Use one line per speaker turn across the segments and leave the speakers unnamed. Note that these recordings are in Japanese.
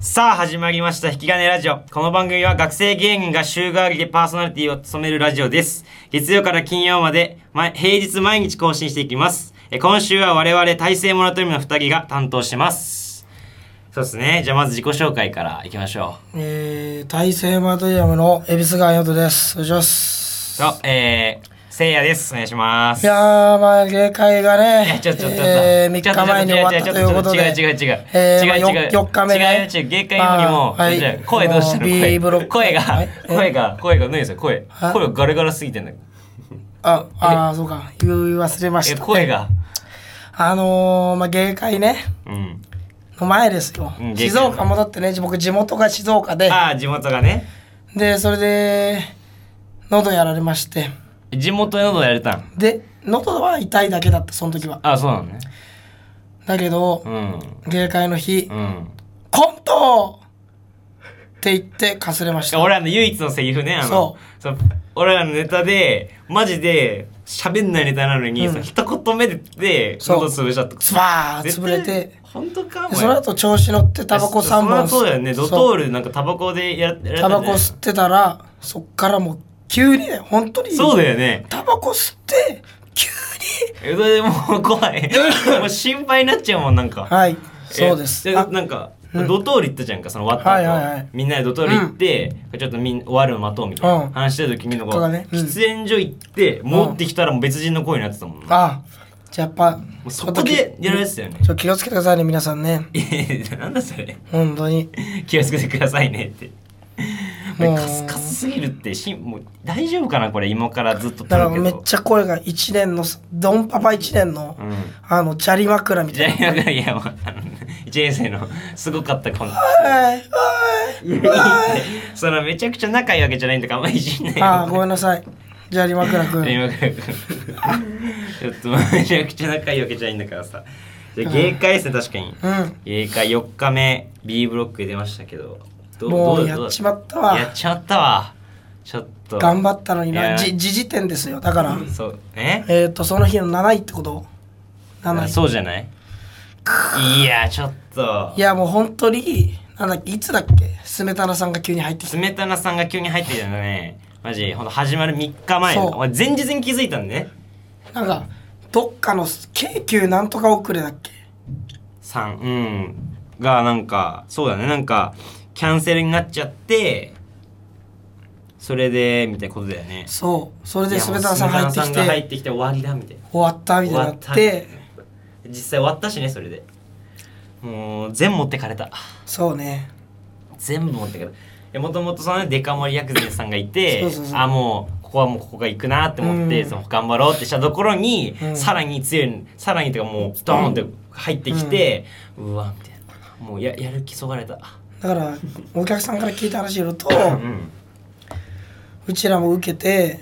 さあ始まりました引き金ラジオこの番組は学生芸人が週替わりでパーソナリティを務めるラジオです月曜から金曜まで、ま、平日毎日更新していきますえ今週は我々大成モラトリウムの2人が担当しますそうですねじゃあまず自己紹介からいきましょ
えー、大成マートリアムの恵比寿川ヨトです。お願いしま
う
す。
とえー、せいやですお願いします
いやー、まあ、芸会が
いや
ね、
ちょっとちょっとちょっと
えー、3日前に終わったということで、
違う違う違う違う
えーまあ
違う違う違う
よ4日目ね。
違う違う限界よりも
まあは
違
い
う違う声どうしたの
もう B ブロ
声
ック
声が
はいえ
声が声が何ですよ声
あ
声がガラガラすぎてんだけど
あ、あーそうか、言い忘れま
え
した。
声が
あのー、まあ、芸会ね、
うん
の前ですよ
うん芸会。
静岡戻ってね、僕、地元が静岡で、
ああ地元がね
で、それで、喉やられまして、
地元のどやれたん
で、喉は痛いだけだった、その時は。
ああそうなのね
だけど、
うん
芸会の日、
うん
コントって言ってかすれました。
俺らの唯一のセリフねあの
そ
そう俺らのネタでマジで喋んないネタなのに、
うん
その一言目でで
そう
喉潰しちゃった
ズバー
絶
潰
対
れて、
本当かお前
でその後調子乗ってタバコ3本吸
そそうだよねドトールなんかタバコでやら
そう
れ
タバコ吸ってたら、そっからもう急にね、本当に。
そうだよね
タバコ吸って、急に。
えそれでもう怖 いもう心配になっちゃうもんなんか
はい、
え
そうです。
で
あ
なんかドトール行ったじゃんかその終わった後、
はいはいはい
みんなでドトール行って、ちょっとみん終わるの待とうみたいな、
うん
話してる時にの
結果がねうん
喫煙所行って戻ってきたらもう別人の声になってたもんな、も
あ、じゃあやっぱ、
うそこでやられてたよね
ちょっと気をつけてくださいね、皆さんね。
いやなんだそれ
本当に。
気をつけてくださいねって
もう
カスカスすぎるってしんもう大丈夫かなこれ今からずっと撮
だから
るけど
めっちゃ声が1年の、ドンパパ1年の、
うん
あの、チャリ枕み
じ
た
ゃ
い
あ今
な。
からいや、まあ、1年生のすごかったこの
はい、はい。
そのめちゃくちゃ仲いいわけじゃないんだからあんまりいじんないよ
あーごめんなさい。じゃあ、リマクラ君。
今からちょっとめちゃくちゃ仲いいわけじゃないんだからさじゃあ芸会ですね確かに
うん。
芸会4日目 B ブロックで出ましたけどど
もう
ど
や
ど
っちまったわ
やっちまったわちょっと
頑張ったのに
いや
な。じ、時事点ですよ。だから、
そうえ
えっ、ー、と、その日の7位ってこと
あ
?7
そうじゃないいやちょっと
位。いや、もう本当に、なんだっけ、いつだっけ、スメタナさんが急に入ってきて。
冷たなさんが急に入ってきたのねマジほんと始まる3日前
そう
お前前日に気づいたんだね
なんか、どっかの、京急なんとか遅れだっけ。
3うんがなんかそうだねなんかキャンセルになっちゃってそれでみたいなことだよね
そう。それ
い
で
や
ス
もう
メタナさん入ってき
スメタナさんが入
て、
ってきて終わりだみたいな
終わったみたいにな
終わ
っ
ったみたい
て、
実際終わったしねそれでもう全持ってかれた
そうね。
全部持ってかれたもともとそのねデカ盛り薬膳さんがいて
そうそうそう
あもうここはもうここが行くなって思って、
うん
その頑張ろうってしたところに、
うん
さらに強いさらにとかもうドーンって入ってきて、うわみたいなもうややる気そがれた
だから、お客さんから聞いた話によると、
うん
うちらも受けて、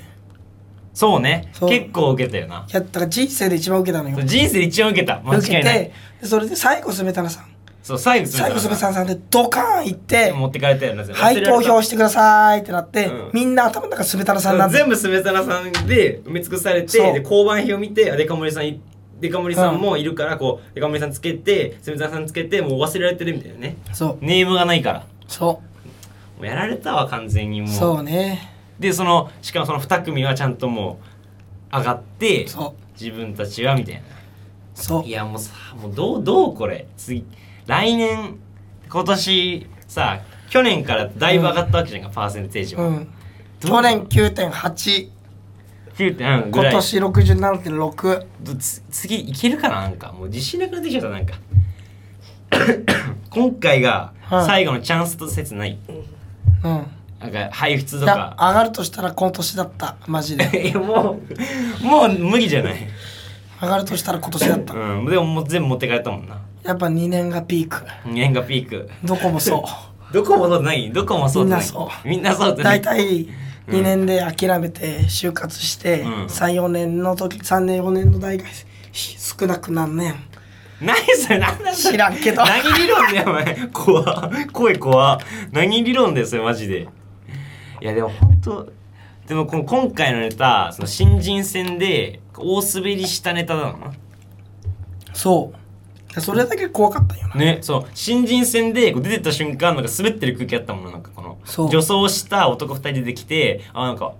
そうね
そう
結構受けたよない
や、だから人生で一番受けたのよ。
人生で一番受けた間
受
違
け
いない
て、でそれで最後、スメタナさん。
そう最後
最後ス
そ
ベさんさんでドカーン行って
持ってかれたよな全部
はい投票
し
してくださいってなって、
うん
みんな頭の中スベタナさんなんで
全部すべたなさんで埋め尽くされて
そう
で交番表見てあデカ盛りさんいデカ盛りさんもいるからこうデカ盛りさんつけてすべたなさんつけてもう忘れられてるみたいなね
そう
ネームがないからも
そう
やられたわ完全に
う
もう
そうね
でそのしかもその2組はちゃんともう上がって
そう
自分たちはみたいな
そう
いやもうさもうどうどうこれ次来年今年さ去年からだいぶ上がったわけじゃんか、パーセンテージも、
うん去年9.8
9点、うん、ぐら
今
い
年67.6
どつ次いけるかななんかもう自信なくなってきちゃったなんか今回が
はい
最後のチャンスと説ない、
うん
なんか配布通と
いや
か
上がるとしたら今年だったマジ で
いやもうもう無理じゃない、
上がるとしたら今年だった
うん、でももう全部持ってかれたもんな
やっぱ2年がピーク
縁がピーク
どこもそう
どこもそうないどこもそうじゃない
みんなそう
みんなそうじゃな
大
い
体2年で諦めて就活して、
うん
34年の時3年4年の大学生少なくなんねん
何それ何だそれ
知らん けど
何理論だよお前怖っ声怖っ何理論だよそれマジでいやでも本当でもこの今回のネタその新人戦で大滑りしたネタだな
そうそれだけ怖かったんよな
ね、そう新人戦でこう出てった瞬間なんか滑ってる空気あったもんななんかこの
そう
女装した男2人出てきてあなんか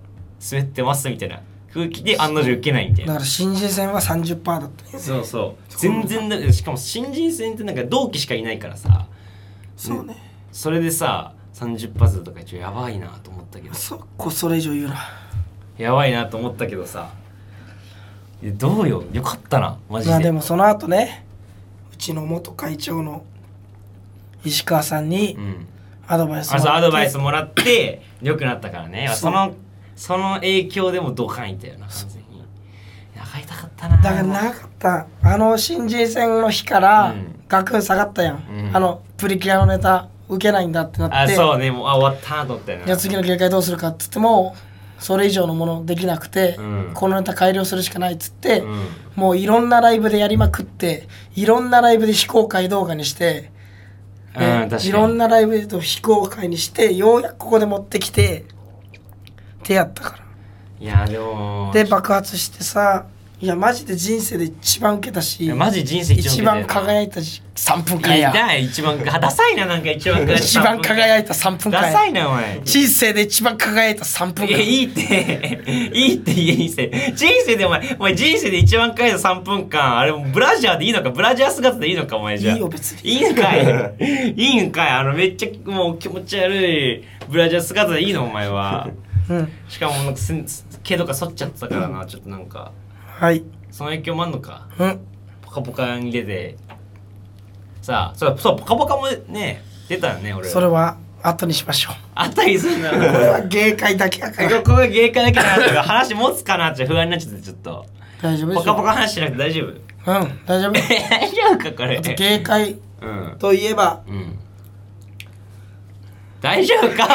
滑ってますみたいな空気で案の定受けないみたい
だ
な
から新人戦は30%だったんよ
そうそう全然だしかも新人戦ってなんか同期しかいないからさ
そうね
それでさ30発とか一応やばいなと思ったけど
そこそれ以上言うな
やばいなと思ったけどさいやどうよよかったなマジで,、
まあでもその後ねうちの元会長の石川さんに
うん
アドバイス
あそうアドバイス
も
もらって良くなったからね
そ
そうのその影響でもドカンいったよな完全に長いたかったな
だからなかったあの新人戦の日から
うん
学クン下がったやん、
うん
あのプリキュアのネタ受けないんだってな
あ
って
そうねもうあ終わったなと思ったよ
じゃ
な
あ次の業界どうするかっつってもそれ以上のものできなくて、
うん
このネタ改良するしかないっつって、
うん
もういろんなライブでやりまくっていろんなライブで非公開動画にして、
うん、確
で
かに
いろんなライブと非公開にしてようやくここで持ってきて手やったか
いやでも
らで爆発してさいやマジで人生で一番受けた
い
し
やマジ人生
一番輝
い
いたし3分
た
間
よ
や
いや一番かダサいななんか一番か
一番輝いた3分間
ダサ
や
いなお前
人生で一番輝いた3分
いや、い
間
いって、いいって言え、人生。人生でお前、お前人生で一番回の3分間、あれブラジャーでいいのか、ブラジャー姿でいいのか、お前じゃあ。
いいよ別に
いいんかい。いいんかい。あの、めっちゃもう気持ち悪いブラジャー姿でいいの、お前は。
うん
しかもなんかすん、毛とか剃っちゃってたからな、ちょっとなんか、
はい
その影響もあんのか。
うん
ポカポカに出て。さあ、そう、そう、ポカポカもね、出たよね、俺。
それは後にしましょう
あったりするな。こ
これは芸会だけやから
こが芸界だけなんだけど、話持つかなって不安になっちゃって、ちょっと。
大丈夫でしょ
ポカポカ話しなくて大丈夫
うん大丈 夫
大丈夫かこれ
あと芸会
うん
といえ ば
うん大丈夫かおいポカポ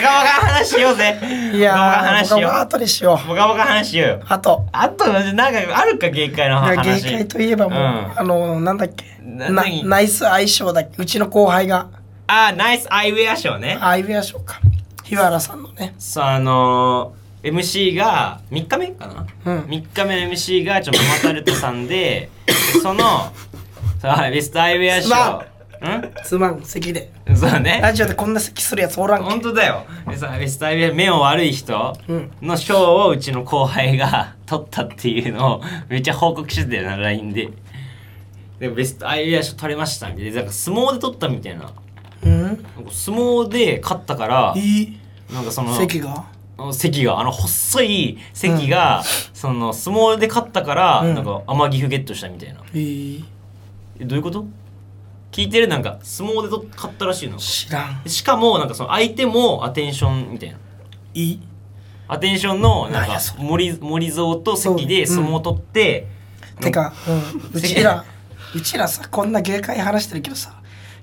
カ話しようぜ
いやー
ポカポカ話し
僕
よ
は
う
後にしよう
ポカポカ話しようよ
あと
あとなんかあるか芸会の
芸
話
会といえばもう、
ん
あのなんだっけ
な
な
何
ナイス相性だっけうちの後輩が
あナイスアイウェア賞ね
アイウェア賞か日原さんのね
そうあのー MC が3日目かな、
うん
3日目の MC がちょママタルトさんでそのさあベストアイウェア
すま
賞うん
すまん席で
そうね
ラジオでこんな席するやつおらんけ
本当だよでさベストアイビア目を悪い人
うん
の賞をうちの後輩が 取ったっていうのをめっちゃ報告してたよな LINE ででベストアイビア賞取れましたみたいななんか相撲で取ったみたいななんか
うん
相撲で勝ったから
いい
なんかその
席が
席があの細い席が、その相撲で勝ったから、
うん
なんか天城フゲットしたみたいない
い
えどういうこと聞いてるなんか相撲で取っ勝ったらしいの
知らん
しかもなんかその相手もアテンションみたいない
い
アテンションのなん
なん
か
やそ
森森蔵と関で
そう
相
うん
撲を取って、
てか、 うん、うちらうちらさこんな芸会話してるけどさ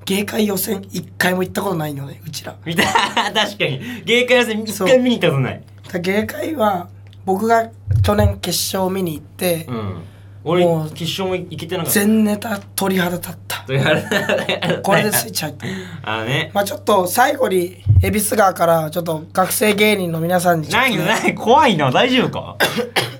芸会予選一回も行ったことないのねうちら
みたいな 確かに芸会予選一回見に行ったことない
だから芸会は僕が去年決勝見に行って、
うん俺
もう
決勝も行けてな かった
全ネタ鳥肌立った
と言われた
これでスイッチ 入った
あのね
まあちょっと最後に恵比寿川からちょっと学生芸人の皆さんにちょっと
何
ね、
何怖いな大丈夫か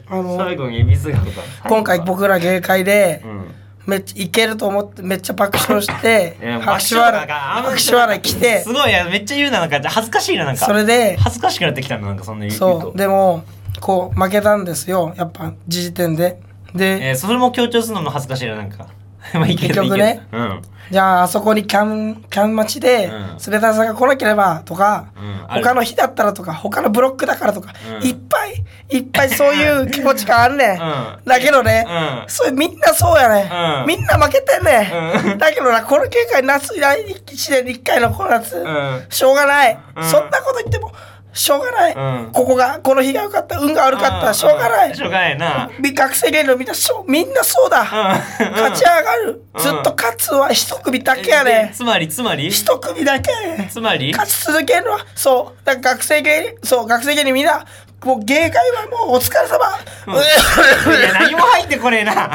あの
最後に水がとか
今回僕ら芸会で
うん
めっちゃいけると思ってめっちゃ爆笑して
いや
拍手笑
爆笑と
い
かあんま
拍手笑い来て
すごいいやめっちゃ言うななんか恥ずかしいななんか
それで
恥ずかしくなってきたのなんかそんな言う言う
そ
と
うでもこう負けたんですよやっぱ時時点でで
えーそれも強調するのも恥ずかしいななんか まあいいけど
結局ね
いいけどうん
じゃああそこにキャンキャン待ちで
うん
冷たさんが来なければとか、
うんある
他の日だったらとか他のブロックだからとか、
うん
いっぱいいっぱいそういう気持ちがあるね、
うん
だけどね、
うん
そうみんなそうやね、
うん
みんな負けてんね、
うん
だけどなこの結果夏来1年に1回のこの夏、
ん
しょうがない、
うん
そんなこと言ってもしょうがない、
うん
ここがこの日が良かった運が悪かった、
うん
しょうがない、
んしょうがないな
み学生芸能みんなそうみんなそうだ、
うん
勝ち上がる、
うん
ずっと勝つは一組だけやね
えつまりつまり
一組だけやね
つまり
勝ち続けるのはそうだから学生芸そう学生芸人みんなもう芸会はもうお疲れ様、
んいや何も入ってこねえな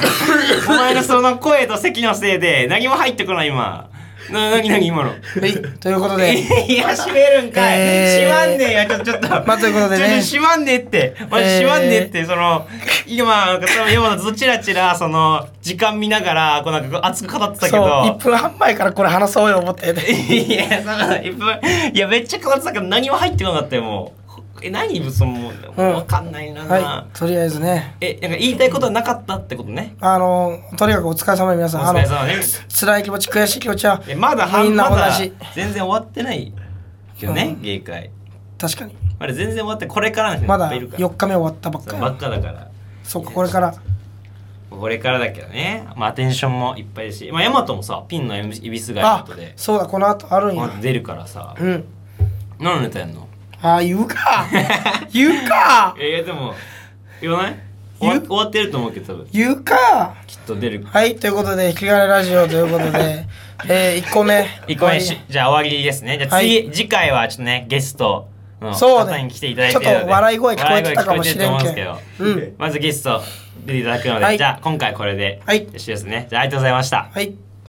お前のその声と席のせいで何も入ってこない今な、なになに今の。
はい、ということで、
いや、閉めるんかい。
えー
閉まんねえや、ちょ、ちょっと。
まあということでね
ちょちょ閉まんねえって。まじ
えー
閉まんねえって、その、今、その山田ずっとチラチラ、その、時間見ながら、こうなんかこう熱く語ってたけ
そう、1
ど。
分半前からこれ話そうよ思ってて。
いや、その、いっぱいいや、めっちゃ語ってたけど、何も入ってこなかったよ、もう。え、何その、もう
うん
わかんないな。
はい、とりあえずね、
え、なんか言いたいことはなかったってことね。
あの、とにかくお疲れ様で皆
お
さん、あ
疲
の
れ、様ね。
辛い気持ち、悔しい気持ちは
え、まだ半
みんな
ま
同
だ
じ。
全然終わってないよね
う、ん
芸会。
確かに。
あれ全然終わってこれからなんですよ
まだ
いっぱいいるから
4日目終わったばっ
そう
か
ば
り
っ。かだから
そっか、これから。
これからだけどねまあアテンションもいっぱいですしまあヤマトもさピンのいびすがい
あ
ことで、
そうだ、この後あるん
ま
や
あ。出るからさ
うん。
何のネタやんの
ああ、言 うか言うか
えいやでも言わない終
言う
わ終わってると思うけど多分
言うか
きっと出る
はい、ということで、引き金ラジオというこ とで、えー、1個目。
一個目し
はい
じゃあ終わりですねじゃあ次、
は
次回はちょっとねゲストの
そうね
方に来ていただいてるので
ちょっと笑い声聞こえてたかもしれんけん
笑い声聞こえてると思うんですけど、まずゲスト出ていただくので、
はい
じゃあ今回これで、
はい
よろしいですねじゃあありがとうございました
はい。